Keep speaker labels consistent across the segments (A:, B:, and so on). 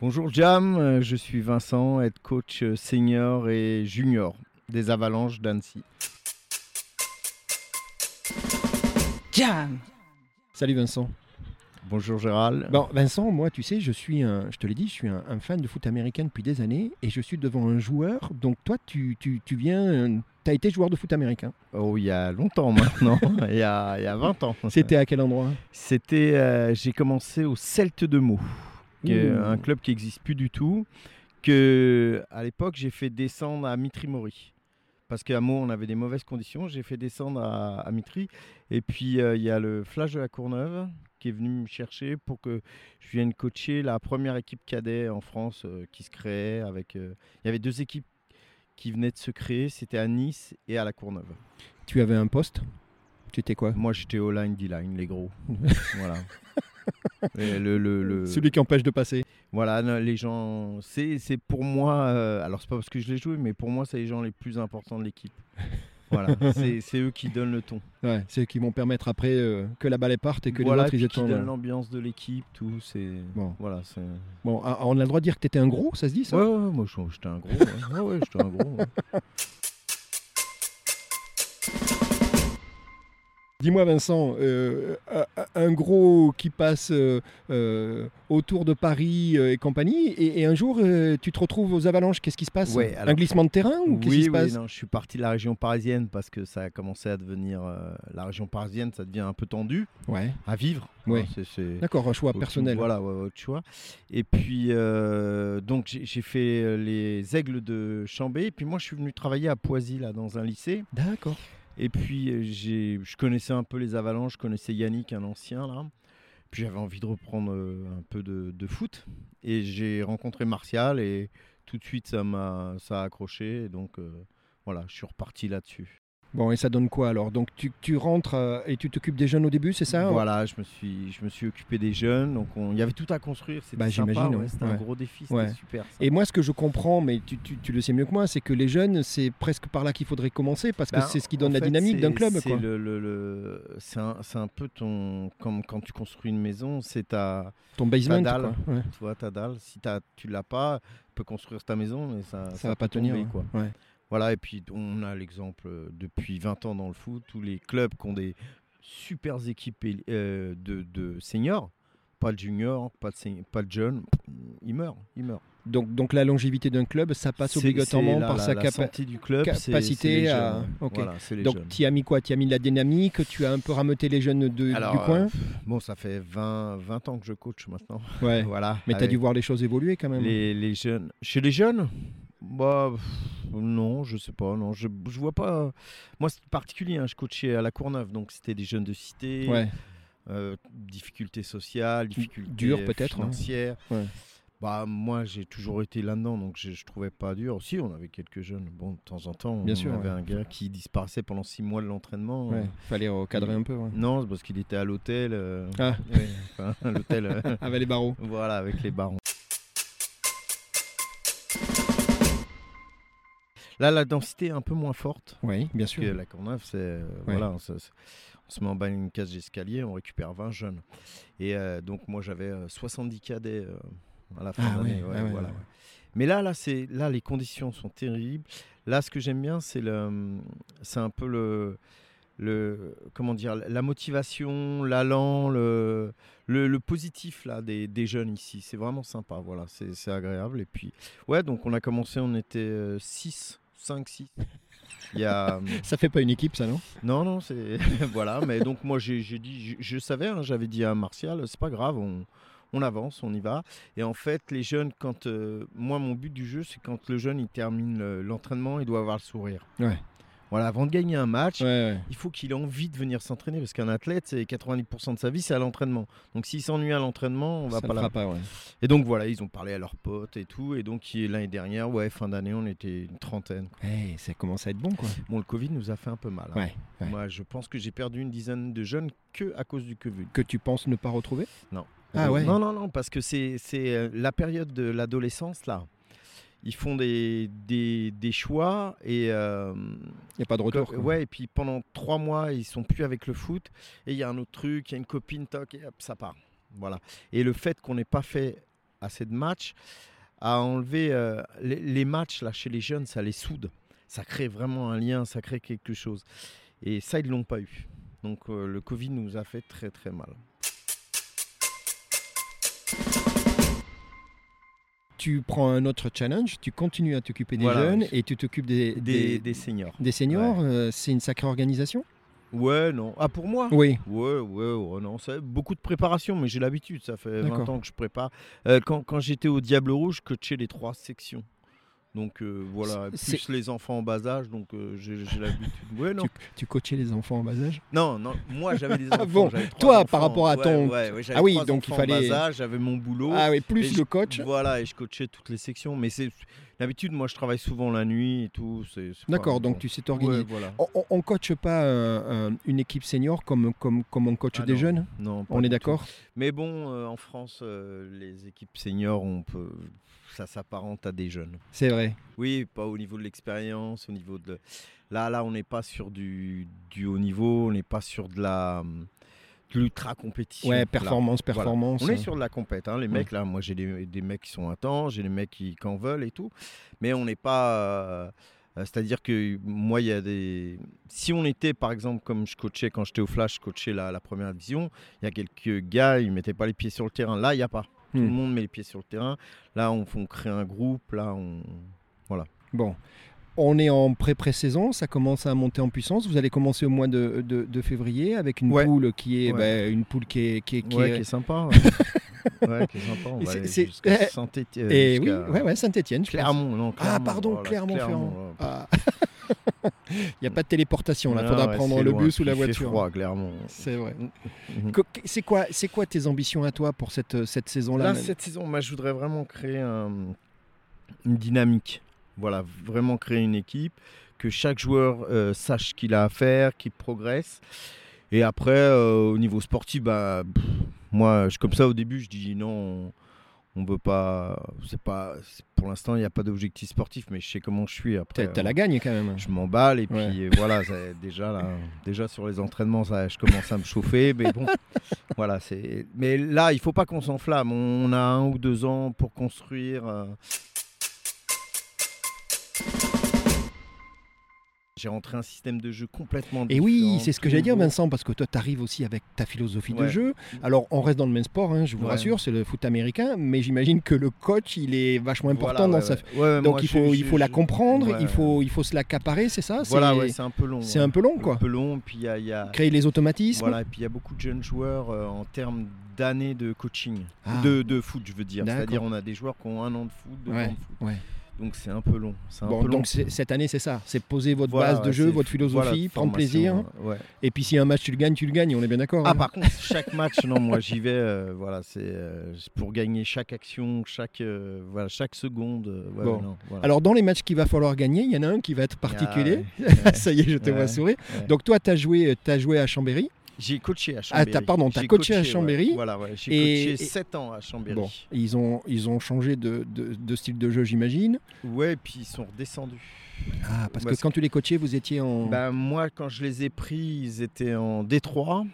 A: Bonjour Jam, euh, je suis Vincent, head coach euh, senior et junior des Avalanches d'Annecy.
B: Jam
C: Salut Vincent.
A: Bonjour Gérald.
C: Bon, Vincent, moi, tu sais, je suis un, je te l'ai dit, je suis un, un fan de foot américain depuis des années et je suis devant un joueur. Donc, toi, tu, tu, tu viens, tu as été joueur de foot américain.
A: Oh, il y a longtemps maintenant, il, y a, il y a 20 ans.
C: C'était à quel endroit
A: C'était, euh, j'ai commencé au Celte de Meaux, qui est
C: Ouh.
A: un club qui n'existe plus du tout, que à l'époque j'ai fait descendre à Mitrimori. Parce qu'à Meaux, on avait des mauvaises conditions, j'ai fait descendre à, à Mitry. Et puis, euh, il y a le Flash de la Courneuve qui est venu me chercher pour que je vienne coacher la première équipe cadet en France euh, qui se créait. Avec, euh, il y avait deux équipes qui venaient de se créer, c'était à Nice et à la Courneuve.
C: Tu avais un poste. Tu étais quoi
A: Moi, j'étais au line, D-line, les gros. voilà. Et le- le- le-
C: Celui qui empêche de passer.
A: Voilà, non, les gens. C'est c'est pour moi. euh, alors, c'est pas parce que je l'ai joué, mais pour moi, c'est les gens les plus importants de l'équipe. Voilà, c'est c'est eux qui donnent le ton.
C: Ouais, ceux qui vont permettre après euh, que la balle elle parte et que
A: voilà,
C: les autres ils
A: puis qui
C: attendent. euh.
A: donnent l'ambiance de l'équipe, tout. C'est.
C: Bon,
A: Voilà, c'est.
C: bon, ah, on a le droit de dire que t'étais un gros, ça se dit ça
A: Ouais, ouais, ouais, moi, je- j'étais un gros. ouais. Ouais, ouais, j'étais un gros. ouais.
C: Dis-moi Vincent, euh, un- un gros qui passe euh, euh, autour de Paris euh, et compagnie, et, et un jour euh, tu te retrouves aux avalanches, qu'est-ce qui se passe
A: Ouais,
C: Un
A: alors-
C: glissement de terrain ou Hum, qu'est-ce qui
A: oui,
C: se
A: oui,
C: passe
A: non, je suis parti de la région parisienne parce que ça a commencé à devenir. euh, la région parisienne, ça devient un peu tendu
C: Ouais,
A: à vivre.
C: Ouais.
A: Hein, c'est- c'est-
C: d'accord, un choix
A: Autre-
C: personnel.
A: Voilà, ouais, autre choix. Et puis, euh, donc, j'ai j'ai fait euh, les aigles de Chambé. Et puis, moi, je suis venu travailler à Poisy, là, dans un lycée.
C: D'accord.
A: Et puis, euh, j'ai- je connaissais un peu les avalanches. Je connaissais Yannick, un ancien, là. Puis, j'avais envie de reprendre euh, un peu de, de foot. Et j'ai rencontré Martial. Et tout de suite, ça m'a ça a accroché. Et donc, euh, voilà, je suis reparti là-dessus.
C: Bon, et ça donne quoi alors Donc tu, tu rentres euh, et tu t'occupes des jeunes au début, c'est ça
A: Voilà, je me suis, je me suis occupé des jeunes. Donc, on- il y avait tout à construire. C'était
C: Bah,
A: sympa.
C: j'imagine,
A: ouais,
C: ouais.
A: C'était un
C: Ouais.
A: gros défi. C'était
C: Ouais.
A: super. ça.
C: Et moi, ce que je comprends, mais tu, tu- tu le sais mieux que moi, c'est que les jeunes, c'est presque par là qu'il faudrait commencer, parce que
A: Bah,
C: c'est ce qui donne
A: en
C: la
A: fait,
C: dynamique
A: c'est-
C: d'un club.
A: C'est
C: quoi.
A: le- le- le- c'est un, c'est un peu ton. Comme quand tu construis une maison, c'est ta.
C: Ton basement,
A: dalle.
C: quoi. Ouais,
A: Tu vois, ta dalle. Si t'as- tu l'as pas, tu peux construire ta maison, mais ça.
C: ça,
A: ça
C: va
A: peut
C: pas tenir.
A: tomber,
C: hein.
A: quoi.
C: Ouais.
A: Voilà, et puis on a l'exemple euh, depuis 20 ans dans le foot, tous les clubs qui ont des super équipes éli- euh, de, de seniors, pas de juniors, pas de, seni- pas de jeunes, ils meurent. Ils meurent.
C: Donc, donc la longévité d'un club, ça passe
A: C'est-
C: obligatoirement
A: c'est la-
C: par
A: la-
C: sa
A: la
C: capacité.
A: santé du club, c'est- c'est
C: capacité
A: les
C: à-
A: jeunes.
C: ok.
A: Voilà, c'est les jeunes.
C: Donc tu as mis quoi Tu as mis de la dynamique, tu as un peu rameuté les jeunes de- du
A: Alors,
C: coin.
A: euh, Bon, ça fait 20, 20 ans que je coach maintenant.
C: ouais.
A: Voilà.
C: Mais tu as
A: avec
C: dû voir les choses évoluer quand même.
A: les, les jeunes. Chez les jeunes Bah pff, non, je sais pas. Non, je, je vois pas. Moi, c'est particulier. hein, je coachais à la Courneuve, donc c'était des jeunes de cité.
C: Ouais.
A: euh, difficultés sociales, difficultés
C: dur,
A: euh,
C: peut-être, hein.
A: financières.
C: Ouais.
A: Bah moi, j'ai toujours été là-dedans, donc je, je trouvais pas dur. Si on avait quelques jeunes, bon de temps en temps,
C: Bien
A: on
C: sûr,
A: avait
C: ouais.
A: un gars qui disparaissait pendant six mois de l'entraînement.
C: Ouais, Fallait recadrer un peu. ouais.
A: Non, c'est parce qu'il était à l'hôtel. euh,
C: Ah.
A: ouais, enfin, l'hôtel. euh,
C: Avec Ah, bah, les barreaux.
A: Voilà, avec les barons. Là, la densité est un peu moins forte
C: Oui, bien sûr.
A: que la Courneuve. C'est, euh, voilà, on, se- on se met en bas d'une cage d'escalier, on récupère 20 jeunes. Et euh, donc, moi, j'avais euh, 70 cadets euh, à la fin
C: Ah
A: de l'année.
C: ouais,
A: ouais,
C: ah ouais,
A: voilà,
C: ouais.
A: ouais. Mais là, là, c'est, là, les conditions sont terribles. Là, ce que j'aime bien, c'est, le, c'est un peu le, le, comment dire, la motivation, l'allant, le, le, le positif là, des, des jeunes ici. C'est vraiment sympa, voilà, c'est, c'est agréable. Et puis, ouais, donc on a commencé, on était euh, 6, 5, 6. Il y a,
C: Ça fait pas une équipe, ça, non
A: non, non, c'est. voilà, mais donc moi j'ai j'ai dit, je, je savais, hein, j'avais dit à Martial, c'est pas grave, on, on avance, on y va. Et en fait, les jeunes, quand. euh, moi, mon but du jeu, c'est quand le jeune il termine le- l'entraînement, il doit avoir le sourire.
C: Ouais.
A: Voilà, avant de gagner un match,
C: Ouais, ouais.
A: il faut qu'il ait envie de venir s'entraîner, parce qu'un athlète, c'est 90% de sa vie, c'est à l'entraînement. Donc s'il s'ennuie à l'entraînement, on va pas
C: Ça le
A: la-
C: fera pas, ouais.
A: Et donc voilà, ils ont parlé à leurs potes et tout. Et donc il- l'année dernière, ouais, fin d'année, on était une trentaine.
C: Eh, ça commence à être bon, quoi.
A: Bon, le Covid nous a fait un peu mal. hein.
C: Ouais, ouais.
A: Moi, je pense que j'ai perdu une dizaine de jeunes que à cause du Covid.
C: Que tu penses ne pas retrouver
A: Non.
C: Ah ouais
A: Non, non, non, parce que c'est c'est, euh, la période de l'adolescence, là. Ils font des, des, des choix et, euh,
C: Il n'y a pas de retour.
A: co-
C: quoi.
A: ouais, et puis pendant trois mois, ils sont plus avec le foot. Et il y a un autre truc, il y a une copine, toc, et hop, ça part. Voilà. Et le fait qu'on n'ait pas fait assez de matchs, à enlever euh, les, les, matchs là, chez les jeunes, ça les soude. Ça crée vraiment un lien, ça crée quelque chose. Et ça, ils ne l'ont pas eu. Donc euh, le Covid nous a fait très très mal.
C: tu prends un autre challenge, tu continues à t'occuper des
A: Voilà.
C: jeunes et tu t'occupes des,
A: Des,
C: des,
A: des seniors.
C: des seniors. euh, c'est une sacrée organisation
A: Ouais, non. Ah, pour moi
C: Oui.
A: Ouais, ouais, ouais, non, c'est beaucoup de préparation, mais j'ai l'habitude, ça fait 20
C: D'accord.
A: ans que je prépare. Euh, quand quand j'étais au Diable Rouge, je coachais les trois sections. Donc euh, voilà,
C: C'est-
A: plus les enfants en bas âge, donc euh, j'ai j'ai l'habitude. Ouais, non.
C: Tu coachais les enfants en bas âge
A: non, non, moi j'avais des enfants.
C: bon,
A: j'avais trois
C: toi, par
A: enfants.
C: rapport à
A: Ouais,
C: ton-
A: ouais, ouais, j'avais
C: Ah oui,
A: trois
C: donc il
A: enfants en bas
C: fallait-
A: âge, J'avais mon boulot.
C: Ah oui,
A: Oh. Et
C: plus
A: je-
C: le coach.
A: Voilà, et je coachais toutes les sections. Mais c'est d'habitude, moi je travaille souvent la nuit et tout. c'est- c'est pas-
C: D'accord,
A: bon.
C: donc tu Oh, sais
A: Ouais,
C: t'organiser.
A: voilà.
C: On- On, on coache pas euh, un- une équipe senior comme, comme, comme on coach
A: Ah
C: des
A: non.
C: jeunes
A: Non, pas
C: On
A: du
C: est
A: tout.
C: d'accord
A: Mais bon, euh, en France, euh, les équipes seniors, on peut, ça s'apparente à des jeunes.
C: C'est vrai.
A: Oui, pas au niveau de l'expérience, au niveau de. Là, là, on n'est pas sur du, du haut niveau, on n'est pas sur de la hum, de l'ultra compétition.
C: Ouais,
A: Là,
C: performance,
A: Voilà.
C: performance. euh,
A: On est sur de la compète, hein, les mecs là. Moi, j'ai des, des mecs qui sont à temps, j'ai des mecs qui qu'en veulent et tout, mais on n'est pas. euh, euh, C'est-à-dire que moi, il y a des. Si on était, par exemple, comme je coachais quand j'étais au Flash, je coachais la, la première division, il y a quelques gars, ils mettaient pas les pieds sur le terrain. Là, il n'y a pas. Tout
C: Hmm.
A: le monde met les pieds sur le terrain. Là, on, on crée un groupe. Là, on.
C: Bon. On est en pré-pré-saison, ça commence à monter en puissance. Vous allez commencer au mois de, de- de février avec une
A: Ouais.
C: poule qui est
A: Ouais.
C: ben, une poule qui est, qui est- qui
A: ouais,
C: est-
A: qui est sympa. Ouais, Ouais, qui est sympa. On
C: Et
A: va
C: c'est-
A: aller
C: c'est-
A: jusqu'à
C: eh,
A: Saint-Éti-
C: Et oui,
A: jusqu'à
C: ouais, ouais, Saint-Étienne. je pense.
A: Clermont, non,
C: Ah,
A: Clermont, Oh
C: pardon,
A: voilà,
C: Clermont-Ferrand.
A: voilà.
C: Ah. Il n'y a pas de téléportation, là. Il faudra
A: Ah ouais,
C: prendre
A: c'est
C: le
A: loin,
C: bus ou
A: puis
C: la
A: il fait
C: voiture. hein.
A: froid, clairement.
C: C'est vrai.
A: Mhm.
C: Co- qu- C'est quoi, c'est quoi tes ambitions à toi pour cette, cette saison-là
A: Là,
C: même
A: cette saison, moi, je voudrais vraiment créer un- une dynamique. Voilà, vraiment créer une équipe, que chaque joueur euh, sache ce qu'il a à faire, qu'il progresse. Et après, euh, au niveau sportif, bah, pff, moi, je, comme ça, au début, je dis non, on ne veut pas. C'est pas c'est- pour l'instant, il n'y a pas d'objectif sportif, mais je sais comment je suis après. euh, hein.
C: T'as t'as la gagne quand même.
A: je m'emballe et puis
C: Ouais.
A: euh, voilà c'est- déjà là, déjà sur les entraînements ça, je commence à me chauffer mais bon voilà c'est mais là il faut pas qu'on s'enflamme on a un ou deux ans pour construire euh. j'ai rentré un système de jeu complètement
C: Et
A: différent
C: oui, c'est ce que
A: tout
C: j'allais dire,
A: nouveau.
C: Vincent, parce que toi, t'arrives aussi avec ta philosophie de
A: Ouais.
C: jeu. Alors, on reste dans le même sport, hein, je vous
A: Ouais.
C: rassure, c'est le foot américain, mais j'imagine que le coach, il est vachement
A: Voilà,
C: important
A: ouais,
C: dans
A: ouais.
C: sa.
A: Ouais, ouais,
C: Donc,
A: moi,
C: il
A: je-
C: faut, il
A: je-
C: faut la
A: je-
C: comprendre,
A: ouais.
C: il faut, il faut se l'accaparer, c'est ça.
A: voilà
C: c'est,
A: ouais, c'est un peu long
C: c'est
A: ouais.
C: un peu long, quoi.
A: un peu long puis il y a- il y a
C: Créer les automatismes.
A: Voilà, et puis il y a beaucoup de jeunes joueurs euh, en termes d'années de coaching,
C: Ah.
A: de, de foot, je veux dire.
C: D'accord.
A: C'est-à-dire, on a des joueurs qui ont un an de foot, deux
C: Ouais,
A: ans de foot.
C: ouais.
A: Donc c'est un peu long. C'est un
C: Bon,
A: peu long.
C: donc c'est- cette année, c'est ça. C'est poser votre
A: Voilà,
C: base de
A: ouais,
C: jeu,
A: c'est-
C: votre
A: voilà,
C: philosophie,
A: formation,
C: prendre plaisir.
A: euh, ouais.
C: Et puis si un match tu le gagnes, tu le gagnes, on est bien d'accord.
A: Ah,
C: hein.
A: par contre, chaque match, non, moi j'y vais. euh, voilà, c'est euh, c'est pour gagner chaque action, chaque, euh, voilà, chaque seconde. euh, ouais,
C: Bon.
A: non, voilà.
C: Alors dans les matchs qu'il va falloir gagner, il y en a un qui va être
A: Ah,
C: particulier.
A: ouais, ouais.
C: ça y est, je te
A: Ouais,
C: vois sourire.
A: ouais.
C: Donc toi, tu as joué, as joué à Chambéry.
A: J'ai coaché à Chambéry.
C: Ah, t'as- pardon, t'as
A: J'ai
C: coaché à
A: ouais.
C: Chambéry.
A: Voilà, ouais, j'ai
C: Et-
A: coaché
C: et-
A: 7 ans à Chambéry.
C: Bon, ils ont, ils ont changé de, de- de style de jeu, j'imagine.
A: Ouais, puis ils sont redescendus.
C: Ah, parce que
A: Parce
C: quand tu les coachais, vous étiez en.
A: Bah, moi, quand je les ai pris, ils étaient en D3.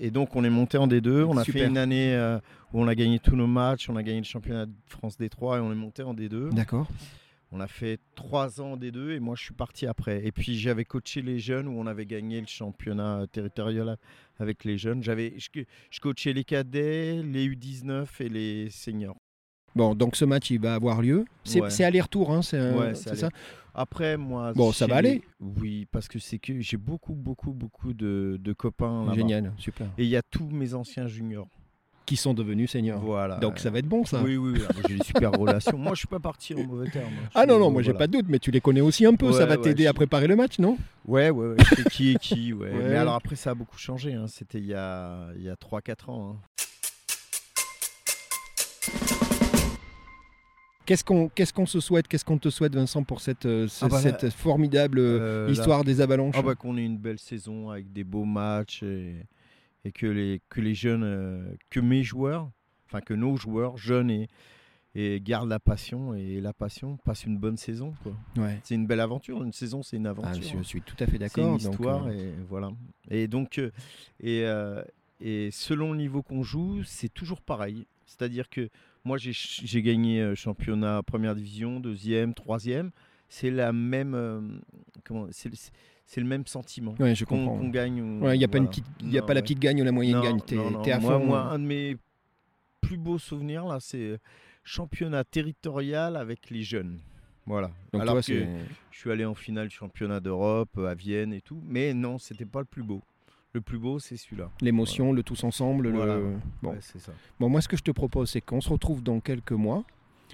A: Et donc, on est monté en D2. On a
C: Super.
A: fait une année euh, où on a gagné tous nos matchs. On a gagné le championnat de France D3 et on est monté en D2.
C: D'accord.
A: On a fait trois ans en D2 et moi, je suis parti après. Et puis, j'avais coaché les jeunes où on avait gagné le championnat euh, territorial avec les jeunes. J'avais, je, je coachais les cadets, les U19 et les seniors.
C: Bon, donc ce match, il va avoir lieu. C'est
A: Ouais.
C: c'est aller-retour, hein, c'est un-
A: Ouais,
C: c'est
A: c'est
C: ça.
A: Après, moi.
C: Bon, ça
A: chez
C: va
A: les-
C: aller.
A: Oui, parce que c'est que j'ai beaucoup, beaucoup, beaucoup de, de copains là-bas.
C: Génial, super.
A: Et il y a tous mes anciens juniors.
C: Qui sont devenus seniors.
A: Voilà.
C: Ah. Donc ça va être bon, ça.
A: Oui, oui, oui, j'ai une super relation. Moi, je suis pas parti en mauvais hein. terme.
C: Ah non, non, moi j'ai pas de doute, mais tu les connais aussi un peu, ça
A: Ouais,
C: va
A: ouais,
C: t'aider
A: je-
C: à préparer le match, non
A: Ouais, ouais, ouais. je sais qui est qui, ouais.
C: Ouais.
A: Mais alors après, ça a beaucoup changé. hein. C'était il y a, il y a 3-4 ans. hein.
C: Qu'est-ce qu'on qu'est-ce qu'on se souhaite, qu'est-ce qu'on te souhaite, Vincent, pour cette, euh, ce-
A: Ah bah là-
C: cette formidable euh,
A: Euh, là-
C: histoire des avalanches
A: Ah bah, qu'on ait une belle saison avec des beaux matchs et, et que, les, que les jeunes, euh, que mes joueurs, enfin que nos joueurs, jeunes et, et gardent la passion et la passion passe une bonne saison. quoi.
C: Ouais.
A: C'est une belle aventure. Une saison, c'est une
C: Ah,
A: aventure. hein.
C: je suis tout à
A: C'est
C: fait
A: une
C: d'accord. donc,
A: histoire
C: euh,
A: et voilà. Et donc euh, et, euh, et selon le niveau qu'on joue, c'est toujours pareil. C'est-à-dire que Moi, j'ai- j'ai gagné euh, championnat première division, deuxième, troisième. C'est la même, euh, comment, c'est le- c'est le même sentiment.
C: Ouais, je
A: Qu'on
C: comprends.
A: qu'on gagne. ou-
C: Il n'y a pas, une
A: Mm, voilà.
C: petite- y a
A: Non,
C: pas la
A: ouais.
C: petite gagne ou la moyenne
A: Non,
C: gagne. T'es
A: non, non.
C: t'es à
A: moi,
C: fond. hein.
A: moi, un de mes plus beaux souvenirs là, c'est euh, championnat territorial avec les jeunes. Voilà.
C: Donc
A: Alors
C: toi,
A: que
C: c'est-
A: je suis allé en finale du championnat d'Europe euh, à Vienne et tout, mais non, c'était pas le plus beau. Le plus beau, c'est celui-là.
C: l'émotion, le tous ensemble. le-
A: Voilà.
C: Bon.
A: Ouais, c'est ça.
C: bon, moi, ce que je te propose, c'est qu'on se retrouve dans quelques mois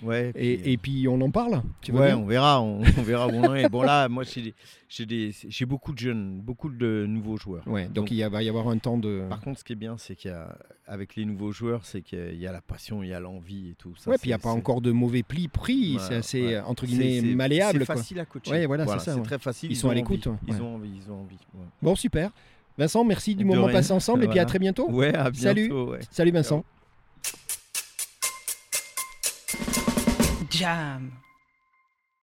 A: Ouais.
C: et, et puis on en parle. Tu vois
A: euh, ouais, on verra, on, on verra où on en est. Bon là, moi j'ai des- j'ai des- j'ai beaucoup de jeunes, beaucoup de nouveaux joueurs.
C: Ouais, donc,
A: Donc-
C: il y a- va y avoir un temps de.
A: Par contre, ce qui est bien, c'est qu'il y a, avec les nouveaux joueurs, c'est qu'il y a la passion, il y a l'envie et tout. Ça,
C: ouais, puis il n'y a
A: c'est-
C: pas
A: c'est-
C: encore de mauvais plis pris.
A: Ouais,
C: c'est assez, euh,
A: ouais.
C: entre
A: c'est-
C: guillemets,
A: c'est-
C: malléable.
A: C'est
C: quoi.
A: facile à coacher.
C: Ouais, voilà, c'est ça, ouais.
A: très facile.
C: Ils sont à
A: ont
C: l'écoute,
A: envie,
C: ouais.
A: Ils ont envie, ils ont envie. Ouais,
C: Bon, super. Vincent, merci du
A: De
C: moment
A: rien.
C: passé ensemble et puis
A: Voilà.
C: à très bientôt.
A: Ouais, à bientôt.
C: Oh. Salut.
A: ouais.
C: Salut Vincent.
B: Jam.